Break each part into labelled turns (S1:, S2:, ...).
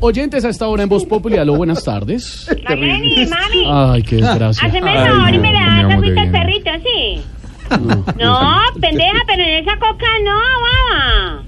S1: Oyentes a esta hora en Voz Populi, aló, buenas tardes.
S2: Mami, mami,
S1: Ay, qué desgracia.
S2: hazme el
S1: Ah, Ay,
S2: favor y
S1: no,
S2: me le
S1: mi
S2: das
S1: amor,
S2: agüita
S1: qué
S2: al
S1: bien.
S2: perrito, sí. No, pendeja, pero en esa coca no, baba.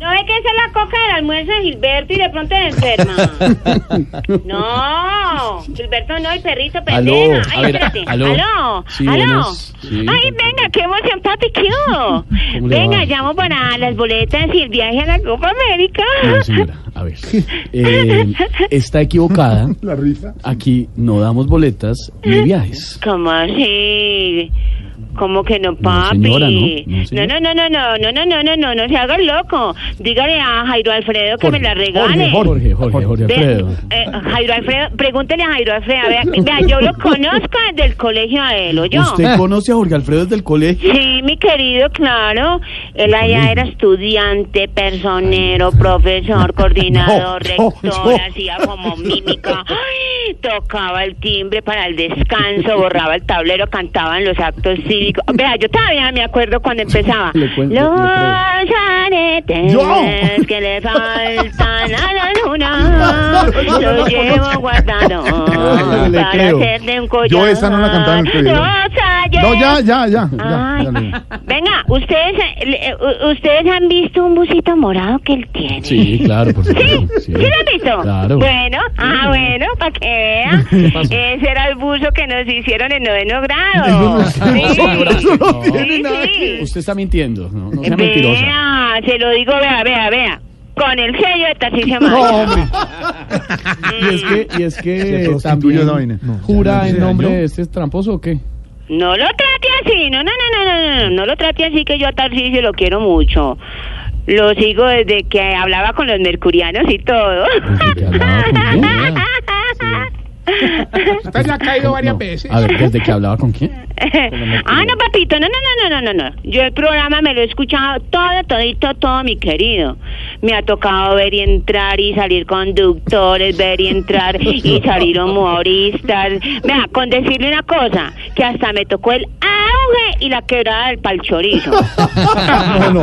S2: No es que esa es la coca del almuerzo de Gilberto y de pronto se enferma. No, Gilberto no, el perrito pendeja.
S1: Aló, a
S2: Ay,
S1: ver,
S2: espérate.
S1: aló.
S2: Aló,
S1: Sí,
S2: aló.
S1: buenas, sí.
S2: Ay, venga, qué emoción, papi, ¿qué hubo?
S1: ¿Cómo le va?
S2: Venga, llamo para las boletas y el viaje a la Copa América.
S1: No, señora, a ver. Eh, está equivocada.
S3: La risa.
S1: Aquí no damos boletas
S2: Mm.
S1: ni viajes.
S2: ¿Cómo así? ¿Cómo que no, papi?
S1: señora, ¿no? No,
S2: no,
S1: señora.
S2: no, no, no, no, no, no, no, no, no, no se haga el loco. Dígale a Jairo Alfredo que me la regale.
S1: Jorge, Jorge, Jorge
S2: Ve-
S1: Alfredo.
S2: eh, Jairo Alfredo, pregúntele a Jairo Alfredo. Vea, vea, yo lo conozco desde el colegio a él, ¿o yo?
S1: ¿Usted conoce a Jorge Alfredo desde el colegio?
S2: Sí, mi querido, claro. Él allá era estudiante, personero, profesor, coordinador,
S1: No,
S2: rector,
S1: no, no.
S2: hacía como mímica. Ay, Tocaba el timbre para el descanso, borraba el tablero, cantaba en los actos cívicos. Vea, yo todavía me acuerdo cuando empezaba.
S1: Le cuento, le
S2: los
S1: creo.
S2: aretes
S1: Yo.
S2: que le faltan a la luna, los llevo guardado
S3: No, le
S2: para
S3: creo.
S2: hacerle un collar.
S3: Yo esa no la cantaba en el colegio.
S2: Los ayeres
S3: No, ya, ya, ya. ya,
S2: Ay,
S3: ya le-
S2: venga, ustedes eh, le- eh, u- ustedes han visto un busito morado que él tiene.
S1: Sí, claro, por
S2: ¿Sí?
S1: supuesto.
S2: ¿Sí lo han visto?
S1: Claro.
S2: Bueno, ah, bueno, para que vea.
S1: ¿Qué pasó?
S2: Ese era el buzo que nos hicieron en noveno
S3: Yo
S2: grado.
S3: no sé, no sé, eso no
S1: No.
S3: tiene
S2: Sí,
S3: nada que-
S2: sí.
S1: Usted está mintiendo. No, no sea mentirosa.
S2: Vea, se lo digo, vea, vea, vea. Con el sello de Tarcisio Amado.
S1: No, hombre. Y es que, y es
S3: Se
S1: que
S3: prostituyó
S1: también
S3: la vaina. No, ya,
S1: jura
S3: ya,
S1: en
S3: ya,
S1: nombre
S3: yo.
S1: de este tramposo o qué?
S2: No lo trate así, no, no, no, no, no, no, no, no lo trate así que yo a Tarcisio lo quiero mucho. Lo sigo desde que hablaba con los mercurianos y todo.
S1: Desde que hablaba con quién,
S4: Usted ya ha caído varias
S1: No.
S4: veces.
S1: A ver, ¿desde que hablaba con quién?
S2: ah, no, papito, no, no, no, no, no, no, no. Yo el programa me lo he escuchado todo, todito, todo, mi querido. Me ha tocado ver y entrar y salir conductores, ver y entrar y salir humoristas. Vea, con decirle una cosa, que hasta me tocó el auge y la quebrada del palchorizo.
S3: No, no.
S2: no,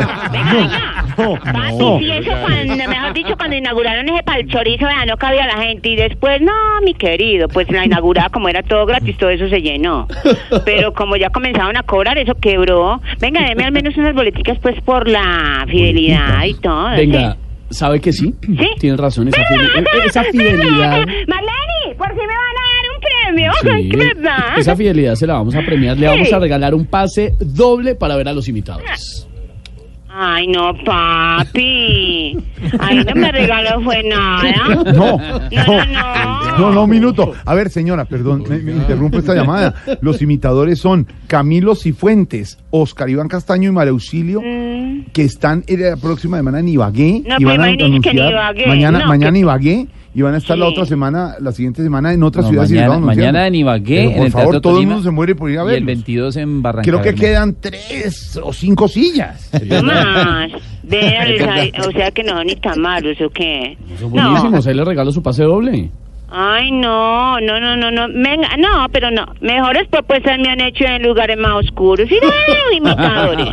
S2: Papi,
S3: no.
S2: si eso cuando, mejor dicho, cuando inauguraron ese palchorizo, vea, no cabía la gente. Y después, no, mi querido, pues la inaugurada, como era todo gratis, todo eso se llenó. Pero como ya comenzaron a cobrar, eso quebró. Venga, deme al menos unas boleticas, pues, por la fidelidad y todo.
S1: Venga, ¿sabe que sí?
S2: ¿Sí?
S1: Tiene razón, esa, fide- e- esa fidelidad.
S2: Marlene, por si me van a dar un premio.
S1: sí,
S2: ¿Qué me da?
S1: esa fidelidad se la vamos a premiar, le
S2: Sí.
S1: vamos a regalar un pase doble para ver a los invitados.
S4: Ah.
S2: Ay, no, papi. Ay, no me regaló fue
S4: Ah.
S2: nada.
S3: No,
S2: No, no, no.
S3: no, no, no, un minuto. A ver, señora, perdón, me, me interrumpo esta llamada. Los imitadores son Camilo Cifuentes, Oscar Iván Castaño y María Auxilio,
S2: Mm.
S3: que están en la próxima semana en Ibagué.
S2: No,
S3: y
S2: pero
S3: van a
S2: imagínese que en Ibagué,
S3: mañana,
S2: no,
S3: mañana
S2: que-
S3: Ibagué, y van a estar la
S2: Sí.
S3: otra semana, la siguiente semana en otra
S5: No,
S3: ciudad.
S5: mañana- mañana en Ibagué, en
S3: por favor,
S5: el Teatro
S3: todo el
S5: Tolima,
S3: mundo se muere por ir a
S5: Y el
S3: verlos.
S5: 22 en Barranca
S3: Creo que
S5: Bermeja.
S3: quedan tres o cinco sillas.
S2: Más. Vean, o sea- o sea que no son ni tan malos, ¿o qué?
S1: Son buenísimos, ahí le regalo su pase doble.
S2: Ay, no, no, no, no, no. Venga, no, pero no. Mejores propuestas me han hecho en lugares más oscuros. Ir a ver a los imitadores.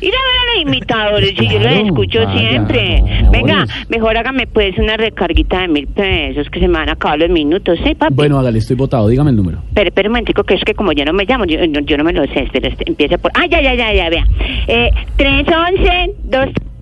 S2: Ir a ver a los imitadores, si yo los
S1: Claro,
S2: escucho
S1: vaya,
S2: siempre.
S1: no,
S2: Venga,
S1: amores.
S2: mejor hágame pues una recarguita de mil pesos, que se me van a acabar los minutos, ¿sí, papi?
S1: Bueno, hágale, estoy votado, dígame el número.
S2: Pero, pero un momentico, que es que como yo no me llamo, yo, yo- yo no me lo sé, este, este, empieza por... Ah, ya, ya, ya, ya, vea. Eh, 311, 2...